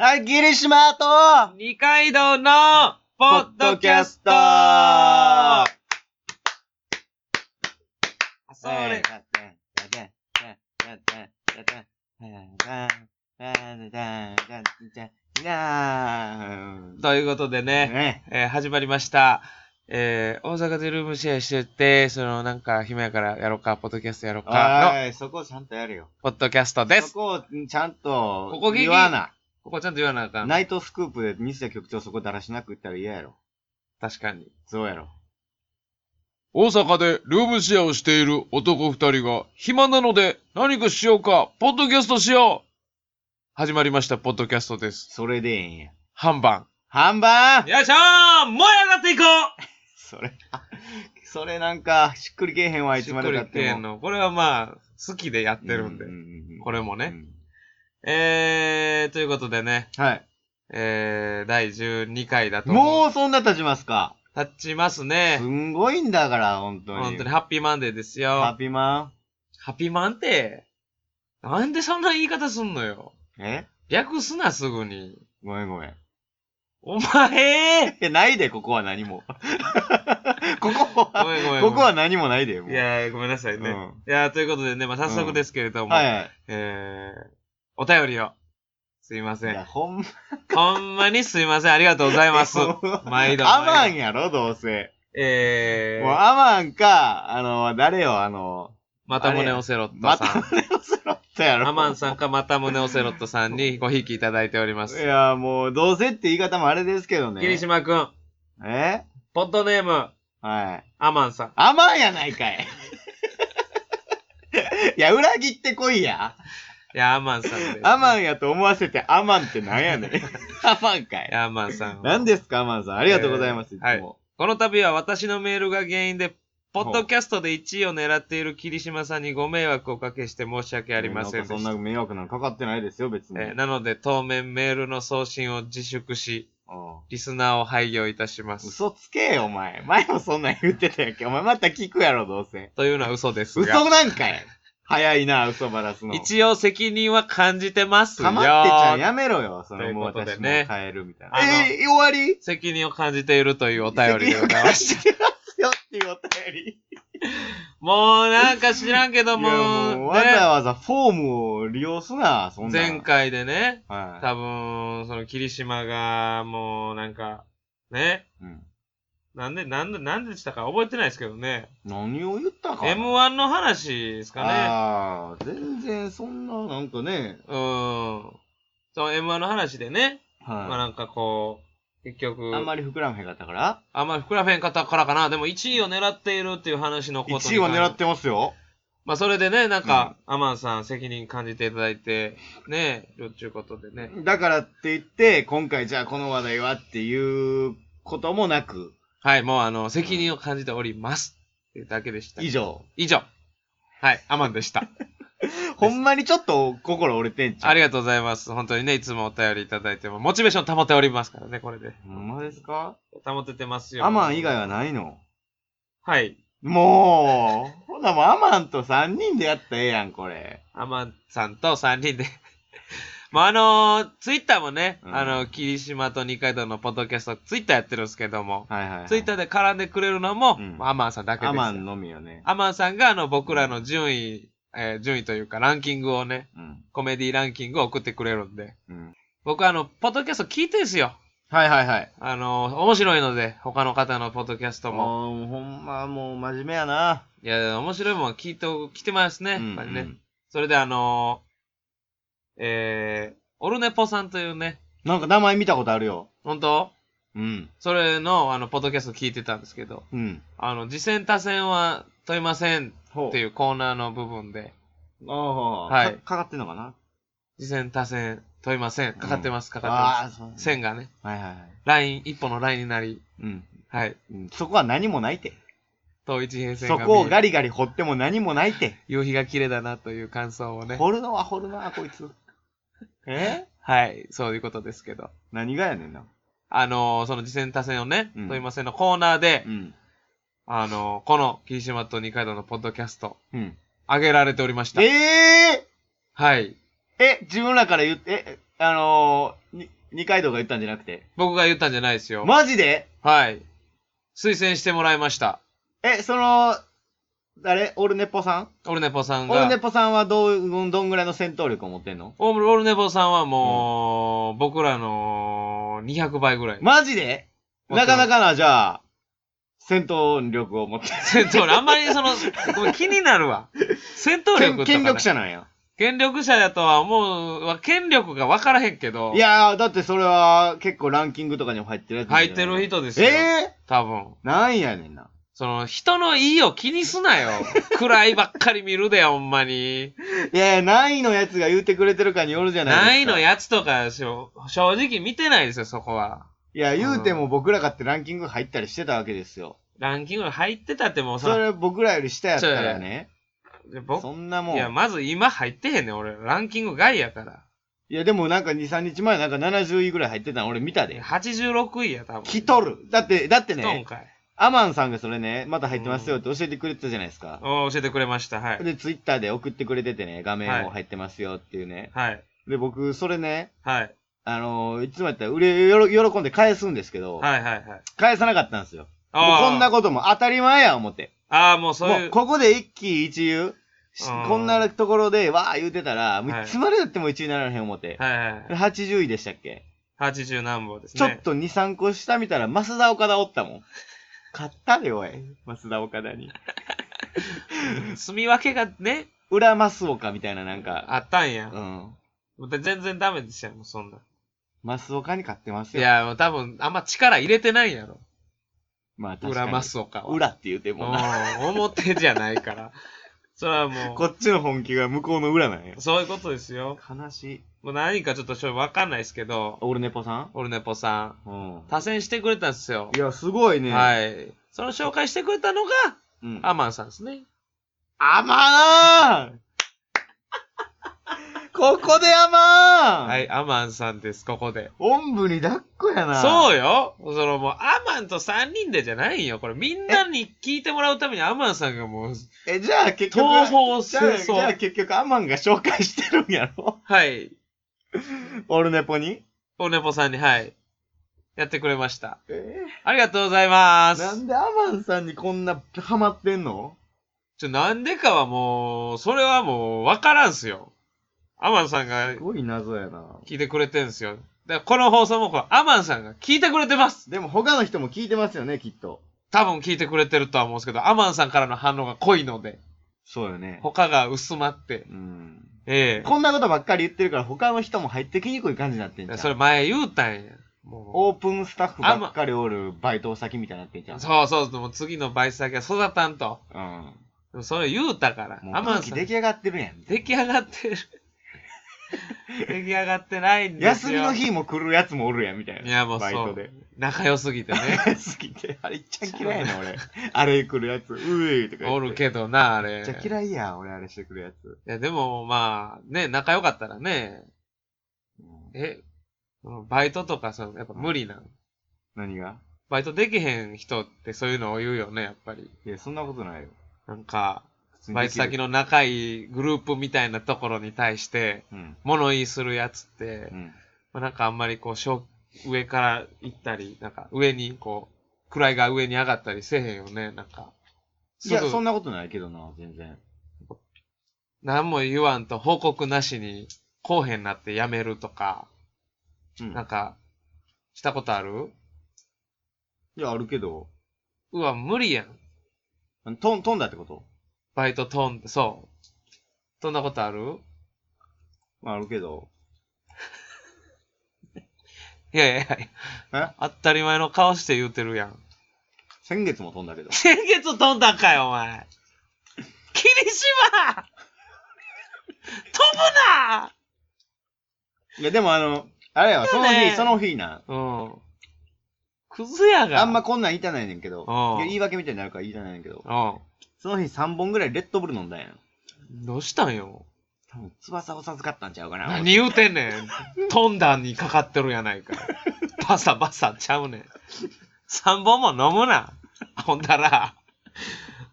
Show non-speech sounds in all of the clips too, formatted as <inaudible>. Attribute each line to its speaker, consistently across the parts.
Speaker 1: あ、ギリシマと、
Speaker 2: 二階堂の、ポッドキャスト
Speaker 1: あ
Speaker 2: それ。ということでね、
Speaker 1: ね。
Speaker 2: えー始まりました。えー大阪でルームシェアしてて、そのなんか、暇やからやろうか、ポッドキャストやろうか、
Speaker 1: おい、そこちゃんとやるよ。
Speaker 2: の、ポッドキャストで
Speaker 1: そ
Speaker 2: す。
Speaker 1: こをちゃんと
Speaker 2: ここ劇
Speaker 1: 言わな。
Speaker 2: ここちゃんと言わなあかん。
Speaker 1: ナイトスクープで西田局長そこだらしなく言ったら嫌やろ。
Speaker 2: 確かに。
Speaker 1: そうやろ。
Speaker 2: 大阪でルームシェアをしている男二人が、暇なので何かしようか、ポッドキャストしよう始まりました、ポッドキャストです。
Speaker 1: それでええんや。
Speaker 2: 半番。
Speaker 1: 半ば
Speaker 2: よいしょー燃え上がっていこ
Speaker 1: それ、それなんか、しっくりけえへんわ、
Speaker 2: う
Speaker 1: いつまで
Speaker 2: しっ
Speaker 1: だっ
Speaker 2: くり
Speaker 1: て
Speaker 2: 系
Speaker 1: も。
Speaker 2: の。これはまあ、好きでやってるんで。
Speaker 1: うううん
Speaker 2: これもね
Speaker 1: うん
Speaker 2: えー、ということでね、
Speaker 1: はい。
Speaker 2: えー、第12回だと思う。
Speaker 1: もうそんな経ちますか。
Speaker 2: 立ちます
Speaker 1: <laughs> す
Speaker 2: ね。
Speaker 1: んごいんだから、本当に。
Speaker 2: 本当にハッピーマンデーですよ。
Speaker 1: ハ
Speaker 2: ハ
Speaker 1: ッピーマ
Speaker 2: ッピーマンって、なんでそんな言い方すんのよ。
Speaker 1: ンえ
Speaker 2: 略すな、すぐに。
Speaker 1: ごめんごめん。
Speaker 2: お前
Speaker 1: え、ないで、ここは何も。 <laughs> ここ
Speaker 2: ごめんごめ
Speaker 1: は、
Speaker 2: ん
Speaker 1: ここは何もないで、もう。
Speaker 2: いやー、ごめんなさいね。
Speaker 1: うん
Speaker 2: いやー、ということでね、まあ、早速ですけれども、
Speaker 1: はいはい。
Speaker 2: えー、お便りを。すいま
Speaker 1: い
Speaker 2: せ
Speaker 1: や、
Speaker 2: ん。
Speaker 1: ほんま
Speaker 2: ほんまにすいません。ありがとうございます。 <laughs> 毎度。
Speaker 1: アマン
Speaker 2: 毎度
Speaker 1: やろ、どうせ。
Speaker 2: え
Speaker 1: もう
Speaker 2: ー、
Speaker 1: アマンか、あの、誰よ、あの、
Speaker 2: またもねオセロット
Speaker 1: ま
Speaker 2: さ
Speaker 1: た
Speaker 2: ん。
Speaker 1: 胸オセロットやろ。
Speaker 2: アマンさんかまた胸オセロットさんにごひいきいただいております
Speaker 1: い。や、もう、どうせって言い方もあれですけどね。
Speaker 2: 霧島くん、
Speaker 1: え
Speaker 2: ポッドネーム、
Speaker 1: はい。
Speaker 2: アマンさん。
Speaker 1: アマンやないかい。 <laughs> いや、裏切ってこいや。
Speaker 2: いや、アマンさんです。
Speaker 1: アマ
Speaker 2: ン。い
Speaker 1: ンやと思わせて、アマンってなんや
Speaker 2: <laughs>
Speaker 1: ねん。アマンかい。
Speaker 2: や、アマンさん。
Speaker 1: 何ですか、アマンさん。ありがとうございます、
Speaker 2: えー
Speaker 1: いつも。
Speaker 2: この度は私のメールが原因で、ポッドキャストで1位を狙っている霧島さんにご迷惑をおかけして申し訳ありませんで
Speaker 1: なか
Speaker 2: し
Speaker 1: そ
Speaker 2: た
Speaker 1: ん。な迷惑なんかかってないですよ、別に。
Speaker 2: えーなので、当面メールの送信を自粛し、
Speaker 1: うん
Speaker 2: リスナーを廃業いたします。
Speaker 1: 嘘つけよ、お前。前もそんなん言ってたやんけ。お前また聞くやろ、どうせ。
Speaker 2: というのは嘘ですが。
Speaker 1: 嘘なんかい。早いな、嘘ばらすの。
Speaker 2: 一応責任は感じてますよ
Speaker 1: か。まってちゃんやめろよ、そ
Speaker 2: とい
Speaker 1: の
Speaker 2: う
Speaker 1: もう
Speaker 2: ことで
Speaker 1: 私も
Speaker 2: ね
Speaker 1: 変えるみたい
Speaker 2: あの
Speaker 1: な。えー、終わり
Speaker 2: 責任を感じているというお便りでございました。
Speaker 1: 責任ありますよっていうお便り。
Speaker 2: もうなんか知らんけど
Speaker 1: い
Speaker 2: も、
Speaker 1: やもうわ
Speaker 2: ね
Speaker 1: ざわざフォームを利用すな、そんな。
Speaker 2: 前。回でね、
Speaker 1: は
Speaker 2: 多分、その霧島が、もうなんか、ね、
Speaker 1: い。うん。
Speaker 2: なんで、なんで、なんでしたか覚えてないですけどね。
Speaker 1: 何を言ったかな。
Speaker 2: M1 の話ですかね。
Speaker 1: ああ、全然そんな、なんかね。
Speaker 2: うん。その M1 の話でね、まあ
Speaker 1: は
Speaker 2: なんかこう、結
Speaker 1: い。
Speaker 2: 局、
Speaker 1: あんまり膨らまへんかったから。
Speaker 2: あんまり膨らめんかったからかな。でも1位を狙っているっていう話のことに関
Speaker 1: 1位は狙ってますよ。
Speaker 2: まあそれでね、なんか、アマンさん責任感じていただいて、ね、よっちゅうことでね。
Speaker 1: だからって言って、今回じゃあこの話題はっていうこともなく、
Speaker 2: はい、もうあの、責任を感じております。っていうだけでした。
Speaker 1: 以。上。
Speaker 2: 以上。はい、アマンで <laughs> した。
Speaker 1: ほんまにちょっと心折れてんちゃ
Speaker 2: あ
Speaker 1: う。
Speaker 2: りがとうございます。本当にね、いつもお便りいただいても、モチベーション保っておりますからね、これで。
Speaker 1: ほんまですか
Speaker 2: 保ててますよ。
Speaker 1: アマン以外はないの
Speaker 2: はい。
Speaker 1: もう、ほなもうアマンと3人でやったらええやん、これ。
Speaker 2: アマンさんと3人で。 <laughs> まあ、あのツイッターもね、
Speaker 1: うん
Speaker 2: あの、霧島と二階堂のポッドキャスト、ツイッターやってるんですけども、
Speaker 1: はいはい、はい。
Speaker 2: ツイッターで絡んでくれるのも、
Speaker 1: うん
Speaker 2: まあアマンさんだけですよ。
Speaker 1: アマンのみよね。
Speaker 2: アマンさんが、あの、僕らの順位、えー順位というか、ランキングをね、
Speaker 1: うん。
Speaker 2: コメディランキングを送ってくれるんで。
Speaker 1: うん。
Speaker 2: 僕、あの、ポッドキャスト聞いてんすよ。
Speaker 1: はいはいはい。
Speaker 2: あの、面白いので、他の方のポッドキャストも。
Speaker 1: もう、ほんま、もう真面目やな。
Speaker 2: いや、面白いもん聞いて、聞いてますね、やっぱりね。
Speaker 1: うんうん
Speaker 2: それで、あのえー、オルネポさんというね、
Speaker 1: なんか名前見たことあるよ。
Speaker 2: 本当
Speaker 1: うん。
Speaker 2: それの、あの、ポッドキャスト聞いてたんですけど、
Speaker 1: うん。
Speaker 2: あの、次戦他戦は問いません
Speaker 1: ほ
Speaker 2: っていうコーナーの部分で、
Speaker 1: ああ、
Speaker 2: はい
Speaker 1: か。かかってんのかな
Speaker 2: 次戦他戦問いません。かかってます、か
Speaker 1: あ
Speaker 2: か
Speaker 1: あ、そう
Speaker 2: ってます。線がね。
Speaker 1: はいはいはい。
Speaker 2: ライン、一歩のラインになり、
Speaker 1: うん。
Speaker 2: はい。
Speaker 1: うんそこは何もないって。
Speaker 2: 統一平線が
Speaker 1: そ
Speaker 2: 見え
Speaker 1: こをガリガリ掘っても何もない
Speaker 2: <laughs>
Speaker 1: って。
Speaker 2: 夕日が綺麗だなという感想をね。
Speaker 1: 掘るのは掘るな、こいつ。え
Speaker 2: はい。そういうことですけど。
Speaker 1: 何がやねんな。
Speaker 2: あのーその次戦多戦をね、
Speaker 1: うん
Speaker 2: 問いませんのコーナーで、
Speaker 1: うん。
Speaker 2: あのーこの、霧島と二階堂のポッドキャスト、
Speaker 1: うん。
Speaker 2: 上げられておりました。
Speaker 1: ええ
Speaker 2: はい。
Speaker 1: え、自分らから言って、え、あのー、に、二階堂が言ったんじゃなくて。
Speaker 2: 僕が言ったんじゃないですよ。
Speaker 1: マジで
Speaker 2: はい。推薦してもらいました。
Speaker 1: え、その、誰オルネポさん
Speaker 2: オルネポさんが。
Speaker 1: オルネポさんはどう、どんどんぐらいの戦闘力を持ってんの
Speaker 2: オルオルネポさんはもう、僕らの200倍ぐらい。
Speaker 1: マジでなかなかな、じゃあ、戦闘力を持って
Speaker 2: 戦闘力、あんまりその、これ気になるわ。戦闘力とか、
Speaker 1: 権権力。者なんや。
Speaker 2: 権力者やとは思うわ、権力が分からへんけど、
Speaker 1: いやー、だってそれは結構ランキングとかにも入ってるやつなん
Speaker 2: 入
Speaker 1: じ
Speaker 2: っ
Speaker 1: ゃ
Speaker 2: て
Speaker 1: ない
Speaker 2: る人ですよ。
Speaker 1: え
Speaker 2: 多分。
Speaker 1: ー、なんやねんな。
Speaker 2: その、人の意を気にすなよ。暗いばっかり見るで、ほんまに。
Speaker 1: いやいや、何位のやつが言うてくれてるかによるじゃな
Speaker 2: ない
Speaker 1: です
Speaker 2: い
Speaker 1: か。
Speaker 2: のやつとかしょ、正直見てないですよ、そこは。
Speaker 1: いや、言うても僕らかってランキング入ったりしてたわけですよ。
Speaker 2: ランキング入ってたってもうそ
Speaker 1: そ
Speaker 2: の、
Speaker 1: れ僕らより下やったらね、
Speaker 2: 僕
Speaker 1: そんなもん。
Speaker 2: い
Speaker 1: い
Speaker 2: や、
Speaker 1: や、
Speaker 2: まず今入ってへんねん、俺。ランキング外やから。
Speaker 1: でもなんか2、3日前なんか70位ぐらい入ってたの俺見たで。
Speaker 2: 86位や、多分。
Speaker 1: 来とる。だって、だって
Speaker 2: 来とん
Speaker 1: ね、
Speaker 2: かい。
Speaker 1: アマンさんがそれね、また入ってますよって教えてくれてたじゃないですか。
Speaker 2: お教えてくれました、はい。
Speaker 1: で、ツイッターで送ってくれててね、
Speaker 2: は
Speaker 1: 画
Speaker 2: い
Speaker 1: 面を入ってますよっていうね。
Speaker 2: はい。
Speaker 1: で、僕、それね、
Speaker 2: はい。
Speaker 1: あのーいつもやったら、うれ、よろ、喜んで返すんですけど、
Speaker 2: はい、はい、はい。
Speaker 1: 返さなかったんですよ。もう
Speaker 2: あー
Speaker 1: こんなことも当たり前や、思って。
Speaker 2: ああ、もうそう
Speaker 1: も、
Speaker 2: いうう。
Speaker 1: ここで一喜一憂、し
Speaker 2: うん
Speaker 1: こんなところで、わー言うてたら、もう
Speaker 2: はい
Speaker 1: いつまでやっても1位にならへん思って。
Speaker 2: はいはいはい。
Speaker 1: 80位でしたっけ、
Speaker 2: 80何本です
Speaker 1: ちょっ
Speaker 2: ね。
Speaker 1: と2、3個下見たら、増田岡田おったもん。勝ったで、おい。増田岡田に。
Speaker 2: 住み分けがね、
Speaker 1: 裏増岡みたいな、なんか、
Speaker 2: あったんや
Speaker 1: う。ん。
Speaker 2: もう全然ダメですよ、もうそんな。
Speaker 1: 増岡に勝ってます
Speaker 2: い
Speaker 1: よ。
Speaker 2: や、もう多分、あんま力入れてないやろ。
Speaker 1: まあ、確か
Speaker 2: 裏
Speaker 1: に。
Speaker 2: マスオカは。
Speaker 1: 裏って言うてもな。
Speaker 2: うん表じゃないから。 <laughs> それはも
Speaker 1: こっちの本気が向こうの裏なんや
Speaker 2: う、。そういうことですよ。
Speaker 1: 悲しい。
Speaker 2: もう何かちょっと正直わかんないですけど、
Speaker 1: オルネポさん
Speaker 2: オルネポさん、
Speaker 1: うん。
Speaker 2: 多選してくれたんですよ
Speaker 1: い。や、すごいね。い。
Speaker 2: はい。その紹介してくれたのが、
Speaker 1: うん。
Speaker 2: アマンさんですね。
Speaker 1: あまーん <laughs> ここであまーん
Speaker 2: はい、アマンさんです、ここで。
Speaker 1: おんぶに抱っこやな。う
Speaker 2: そうよそのもう、アマンと3人でじゃないよ。これ、みんなに聞いてもらうためにアマンさんがもう、
Speaker 1: え、じゃあ結局、
Speaker 2: 東方
Speaker 1: じゃ
Speaker 2: 戦
Speaker 1: あじゃあ
Speaker 2: 争。
Speaker 1: 結局アマンが紹介してるんやろ
Speaker 2: はい。
Speaker 1: オルネポに
Speaker 2: おねぽさんに、はい。やってくれました。
Speaker 1: え
Speaker 2: ありがとうございま
Speaker 1: ー、な
Speaker 2: す。
Speaker 1: んでアマンさんにこんなハマってんの
Speaker 2: ちょ、なんでかはもう、それはもう、わからんすよ。アマンさんが
Speaker 1: すごい謎やな。
Speaker 2: 聞いてくれてんすよ。だからこの放送もこう、アマンさんが聞いてくれてます
Speaker 1: でも他の人も聞いてますよね、きっと。
Speaker 2: 多分聞いてくれてるとは思うんですけど、アマンさんからの反応が濃いので、
Speaker 1: そうよね。
Speaker 2: 他が薄まって、
Speaker 1: うん。
Speaker 2: え
Speaker 1: こんなことばっかり言ってるから他の人も入ってきにくい感じになってん
Speaker 2: え
Speaker 1: じゃん。
Speaker 2: それ前言うたんや。も
Speaker 1: オープンスタッフばっかりおるバイト先みたいになってんじゃん。
Speaker 2: う。そうそう、もう次のバイト先は育たんと。
Speaker 1: うん。
Speaker 2: でもそれ言うたから
Speaker 1: もう。
Speaker 2: アマン
Speaker 1: 空
Speaker 2: さ
Speaker 1: 気
Speaker 2: ん。
Speaker 1: 出来上がってるやん。
Speaker 2: 出来上がってる。
Speaker 1: <laughs>
Speaker 2: 出来上がってないんです
Speaker 1: 休
Speaker 2: よ。
Speaker 1: みの日も来るやつもおるやん、みたいな。
Speaker 2: いやもうそう
Speaker 1: バイトで。
Speaker 2: 仲良すぎて
Speaker 1: <laughs>
Speaker 2: ね。
Speaker 1: 好きで。あれいっちゃん嫌いやねん、俺。あれ来るやつ。うえとか言って。
Speaker 2: おるけどな、あれ。
Speaker 1: めっちゃ
Speaker 2: い
Speaker 1: 嫌いや、俺あれしてくるやつ。
Speaker 2: や、でも、まあ、ね、仲良かったらね、
Speaker 1: うん
Speaker 2: え、そのバイトとかさ、やっぱ無理なん。
Speaker 1: 何が
Speaker 2: バイトできへん人ってそういうのを言うよね、やっぱり。
Speaker 1: いや、そんなことないよ。
Speaker 2: なんか、
Speaker 1: 普通に
Speaker 2: バイ
Speaker 1: で
Speaker 2: ト
Speaker 1: きる
Speaker 2: 先。の仲いいグループみたいなところに対して、
Speaker 1: うん。
Speaker 2: 物言いするやつって
Speaker 1: う、ん。
Speaker 2: まあ、なんかあんまりこう、しょ上から行ったり、なんか上にこう、位が上に上がったりせえへんよね、なんか。
Speaker 1: いや、そん
Speaker 2: な。
Speaker 1: なことないけどな、全然。
Speaker 2: 何も言わんと報告なしに、こうへんなって辞めるとか、
Speaker 1: うん。
Speaker 2: なんか、したことある
Speaker 1: いや、あるけど。
Speaker 2: うわ、無理やん。
Speaker 1: あのとん、飛んだってこと
Speaker 2: バイト飛んで、そう。そんなことある
Speaker 1: まあ、あるけど。
Speaker 2: いやいやいや
Speaker 1: え。
Speaker 2: 当たり前の顔して言うてるやん。
Speaker 1: 先月も飛んだけど。
Speaker 2: 先月飛んだんかよ、お前。霧島飛
Speaker 1: いや、でもあの、あれやわ、その
Speaker 2: そう
Speaker 1: 日、
Speaker 2: ね
Speaker 1: その日な。
Speaker 2: ぶなうん。クズやが。
Speaker 1: あんまこんなん言いたないねんけど
Speaker 2: うん。
Speaker 1: いや言い訳みたいになるから言いたないねんけど。
Speaker 2: う
Speaker 1: その日3本ぐらいレッドブル飲んだんやん。
Speaker 2: ん。どうしたんよ。
Speaker 1: 多分、翼を授かったんちゃうかな。
Speaker 2: 何言うてんねん。飛んだんにかかってるや
Speaker 1: <laughs>
Speaker 2: ないか。バサバサちゃうねん。三本も飲むな。ほんだら、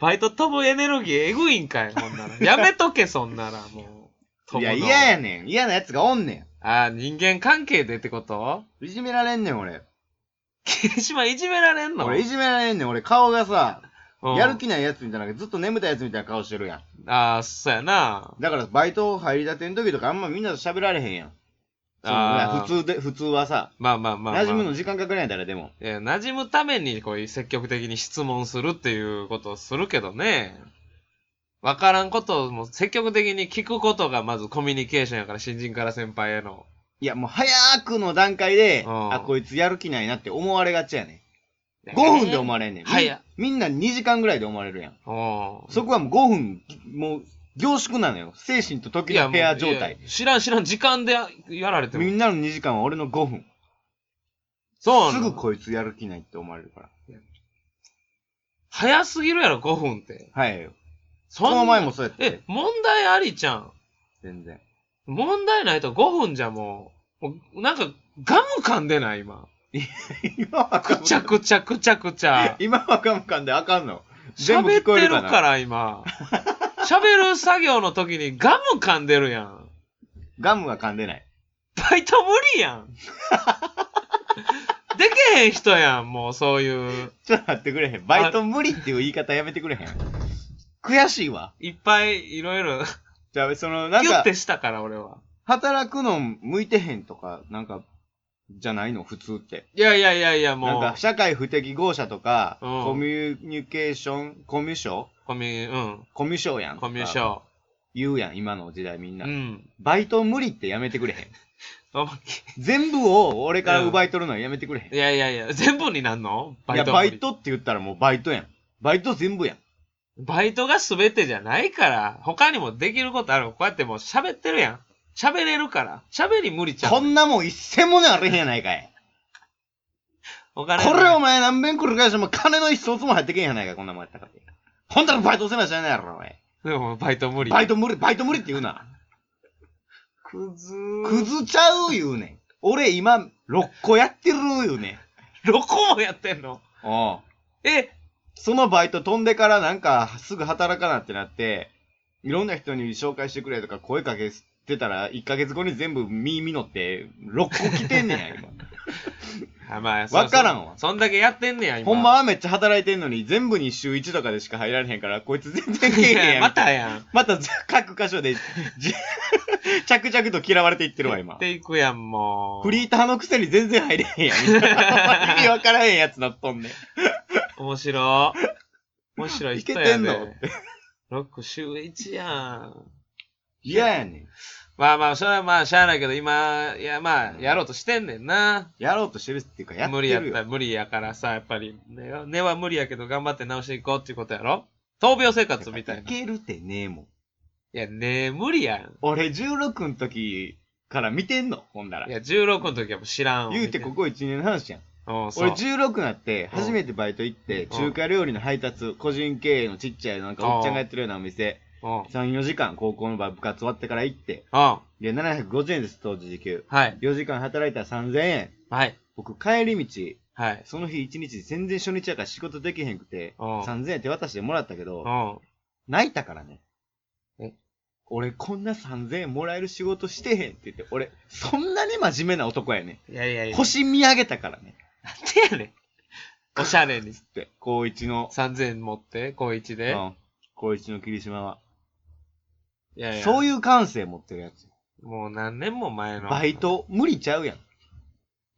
Speaker 2: バイト飛ぶエネルギーえぐいんかい、ほんなら。やめとけ、そんなら、もう。
Speaker 1: いや、
Speaker 2: 飛ぶの
Speaker 1: 嫌やねん。嫌なやつがおんね
Speaker 2: あー人間関係でってこと
Speaker 1: いじめられんねん、俺。
Speaker 2: 霧島いじめられんの
Speaker 1: 俺、いじめられんねん、俺。顔がさ、
Speaker 2: うん
Speaker 1: やる気ないやつみたいな、ずっと眠たいやつみたいな顔してるやん。
Speaker 2: ああ、そうやな。
Speaker 1: だから、バイト入りたての時とか、あんまみんなと喋られへんやん。そ
Speaker 2: あー
Speaker 1: の普通で、普通はさ、
Speaker 2: まあまあまあ、まあ。
Speaker 1: 馴染むの時間かかるやん、誰でも。
Speaker 2: いや馴染むためにこう積極的に質問するっていうことをするけどね。わからんことをもう積極的に聞くことがまずコミュニケーションやから、新人から先輩への。
Speaker 1: いや、もう早くの段階で、
Speaker 2: うん
Speaker 1: あ、こいつやる気ないなって思われがちやねん。5分で思われんねん。み
Speaker 2: 早っ
Speaker 1: みんな2時間ぐらいで思われるやん。
Speaker 2: お
Speaker 1: そこはもう5分、もう凝縮なのよ。精神と時のペア状態。。
Speaker 2: 知らん知らん、時間でやられて
Speaker 1: み
Speaker 2: も。
Speaker 1: んなの2時間は俺の5分。
Speaker 2: そう
Speaker 1: す
Speaker 2: な
Speaker 1: ぐ
Speaker 2: の。
Speaker 1: こいつやる気ないって思われるから。
Speaker 2: 早すぎるやろ、5分って。
Speaker 1: はいよ。
Speaker 2: そ
Speaker 1: こ
Speaker 2: んな
Speaker 1: の前もそうやって
Speaker 2: え。、問題ありちゃん。
Speaker 1: 全然。
Speaker 2: 問題ないと5分じゃもう、もうなんかガム噛んでない、今。
Speaker 1: 今は
Speaker 2: くちゃくちゃくちゃくちゃ。
Speaker 1: 今はかむかんであかんの。全部
Speaker 2: 喋
Speaker 1: 聞
Speaker 2: っ
Speaker 1: こえ
Speaker 2: て
Speaker 1: る
Speaker 2: る
Speaker 1: かな
Speaker 2: から、今。喋る作業の時にガム噛んでるやん。
Speaker 1: ガムは噛んでない。
Speaker 2: バイト無理やん。 <laughs> でけへん人やん、もうそういう。
Speaker 1: ちょっと待ってくれへん。バイト無理っていう言い方やめてくれへん。悔しいわ。
Speaker 2: いっぱいいろいろ、
Speaker 1: じゃあ、その、なん
Speaker 2: ギュっ
Speaker 1: か、
Speaker 2: てしたから、俺は。
Speaker 1: 働くの向いてへんとか、なんか、じゃないの普通って。
Speaker 2: いやいやいやいや、
Speaker 1: なん
Speaker 2: もう
Speaker 1: か、、社会不適合者とか、
Speaker 2: うん
Speaker 1: コミュニケーション、コミュ障
Speaker 2: コミュ、うん、
Speaker 1: コミュ障やん。
Speaker 2: コミュ障。
Speaker 1: 言うやん、今の時代みんな。
Speaker 2: うん。
Speaker 1: バイト無理ってやめてくれへん。
Speaker 2: あ
Speaker 1: 全部を俺から奪い取るのはやめてくれへん。
Speaker 2: いやいやいや、全部になんのバ
Speaker 1: い
Speaker 2: イ
Speaker 1: や、
Speaker 2: ト。
Speaker 1: バイ。トって言ったらもうバイトやん。バイト全部やん。
Speaker 2: バイトが全てじゃないから、他にもできることある。こうやってもう喋ってるやん。喋れるから。喋り無理ちゃ
Speaker 1: こ
Speaker 2: う。
Speaker 1: んなもん一銭もねあれへんやないかい。
Speaker 2: お金ない
Speaker 1: これお前何遍繰り返しても金の一つも入ってけんやないかい、こんなもんやったから。ほんだらバイトせなしゃあないやろ、お前。
Speaker 2: でもバイト無理。
Speaker 1: バイト無理、バイト無理って言うな。
Speaker 2: くずー
Speaker 1: くずちゃう言うねん。俺今、6個やってる言うねん。
Speaker 2: ロコもやってんの
Speaker 1: おう
Speaker 2: え、
Speaker 1: そのバイト飛んでからなんかすぐ働かなってなって、いろんな人に紹介してくれとか声かけてたら、1ヶ月後に全部耳実って、6個来てんねんや、 <laughs> 今。
Speaker 2: あまあ、
Speaker 1: わからんわ
Speaker 2: そそんだけやってんねや、今。
Speaker 1: ほんまはめっちゃ働いてんのに、全部に週1とかでしか入られへんから、こいつ全然けえへんやん。
Speaker 2: またやん。
Speaker 1: また各箇所で、 <laughs> じ着々と嫌われていってるわ、
Speaker 2: や
Speaker 1: 今
Speaker 2: っ。ていくやん、もう。
Speaker 1: フリーターのくせに全然入れへん <laughs> やん。みたいな意味わからへんやつなっとんねん。
Speaker 2: 面白。面白い人や
Speaker 1: いけ
Speaker 2: で。
Speaker 1: てんの
Speaker 2: ロック週1やん。
Speaker 1: 嫌やねん。
Speaker 2: まあまあ、それはまあ、しゃあないけど、今、いやまあ、やろうとしてんねんな。
Speaker 1: やろうとしてるっていうか、やって
Speaker 2: 無
Speaker 1: る
Speaker 2: 理
Speaker 1: よ。
Speaker 2: やったら無理やからさ、やっぱり、根は根は無理やけど頑張って直していこうっていうことやろ闘病生活みたいな。い
Speaker 1: けるってねえもん。
Speaker 2: や、ねえ、無理やん。
Speaker 1: 俺16の時から見てんの、ほんなら
Speaker 2: い。や、16の時はもう知らんわ。
Speaker 1: 言うてここ1年半じゃん。
Speaker 2: うん、そう
Speaker 1: 俺16なって、初めてバイト行って、
Speaker 2: ん
Speaker 1: 中華料理の配達、個人経営のちっちゃいなんかおっちゃんがやってるようなお店、
Speaker 2: うん。
Speaker 1: 3、4時間高校の場合部活終わってから行って、
Speaker 2: うん。
Speaker 1: で、750円です、当時時給。
Speaker 2: はい。
Speaker 1: 4時間働いたら3000円。
Speaker 2: はい。
Speaker 1: 僕、帰り道、
Speaker 2: はい。
Speaker 1: その日1日全然初日やから仕事できへんくて、
Speaker 2: うん
Speaker 1: 3000円手渡してもらったけど、
Speaker 2: う
Speaker 1: 泣いたからね。
Speaker 2: え
Speaker 1: 俺こんな3000円もらえる仕事してへんって言って、俺、そんなに真面目な男やね。
Speaker 2: ん。いやいやいや。
Speaker 1: 星見上げたからね。
Speaker 2: なんでやねん。おしゃれに。
Speaker 1: って、高一の、
Speaker 2: 3000円持って、高一
Speaker 1: う
Speaker 2: で。
Speaker 1: ん、高一の霧島は。
Speaker 2: いやいや。
Speaker 1: そう
Speaker 2: い
Speaker 1: いう感性持ってるやつ。
Speaker 2: う。もう何年も前の。
Speaker 1: バイト、無理ちゃうやん。
Speaker 2: い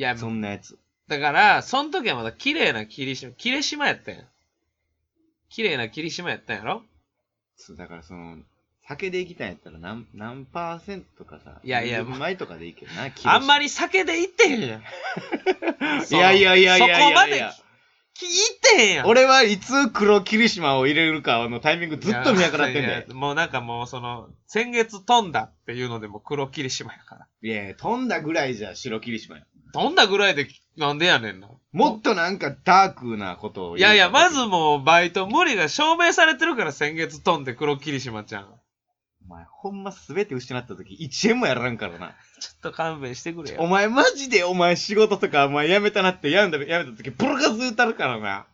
Speaker 2: や、
Speaker 1: そんなやつ。
Speaker 2: だから、その時はまだ綺麗な霧島、霧島やったやん。綺麗な霧島やったんやろ
Speaker 1: そうだからその、酒で行きたいんやったら何、何パーセントかさ。
Speaker 2: いやいや
Speaker 1: 前とかでいいけどな、
Speaker 2: あんま
Speaker 1: り。
Speaker 2: り酒で行ってへんやん。
Speaker 1: いやいやいやいやいや
Speaker 2: そ
Speaker 1: いや
Speaker 2: のそこまでき行ってへんやん。
Speaker 1: 俺はいつ黒霧島を入れるかのタイミングずっと見計らって
Speaker 2: いや
Speaker 1: んだ
Speaker 2: い
Speaker 1: よ
Speaker 2: や。もうなんかもうその、先月飛んだっていうのでも黒霧島やから。
Speaker 1: いやいや、飛んだぐらいじゃ白霧島や。
Speaker 2: 飛んだぐらいで、なんでやねんな。
Speaker 1: もっとなんかダークなことを
Speaker 2: いやいや、まず。もうバイト無理が証明されてるから先月飛んで黒霧島ちゃん。
Speaker 1: お前ほんま全て失った時1円もやらんからな。
Speaker 2: ちょっと勘弁してくれ
Speaker 1: お
Speaker 2: よ。
Speaker 1: 前マジでお前仕事とかお前辞めたなって病んだ、辞めた時ボロカス言うたるからな。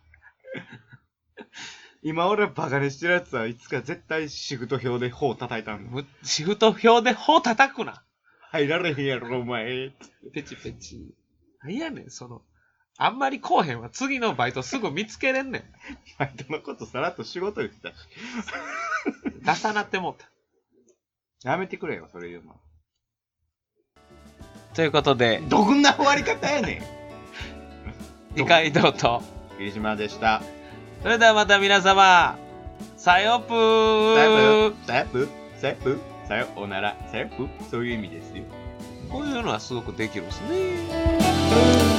Speaker 1: <laughs> 今俺バカにしてるやつはいつか絶対シフト表で頬叩いたんだ。
Speaker 2: むシフト表で頬叩くな。
Speaker 1: 入られへんやろ、お前。
Speaker 2: ペチペチ。なんやねん、その、あんまりこうへんわ。次のバイトすぐ見つけれんねん。
Speaker 1: バイトのことさらっと仕事言ってたし。
Speaker 2: 出さなってもうた。
Speaker 1: やめてくれよ、それ言うの。
Speaker 2: ということで、
Speaker 1: どんな終わり方やねん。
Speaker 2: 二階堂と、
Speaker 1: 霧島でした。
Speaker 2: それではまた皆様、さよぷ
Speaker 1: さ
Speaker 2: ー
Speaker 1: よさよぷさよぷさよおならさよぷそういう意味ですよ。
Speaker 2: こういうのはすごくできるんですね。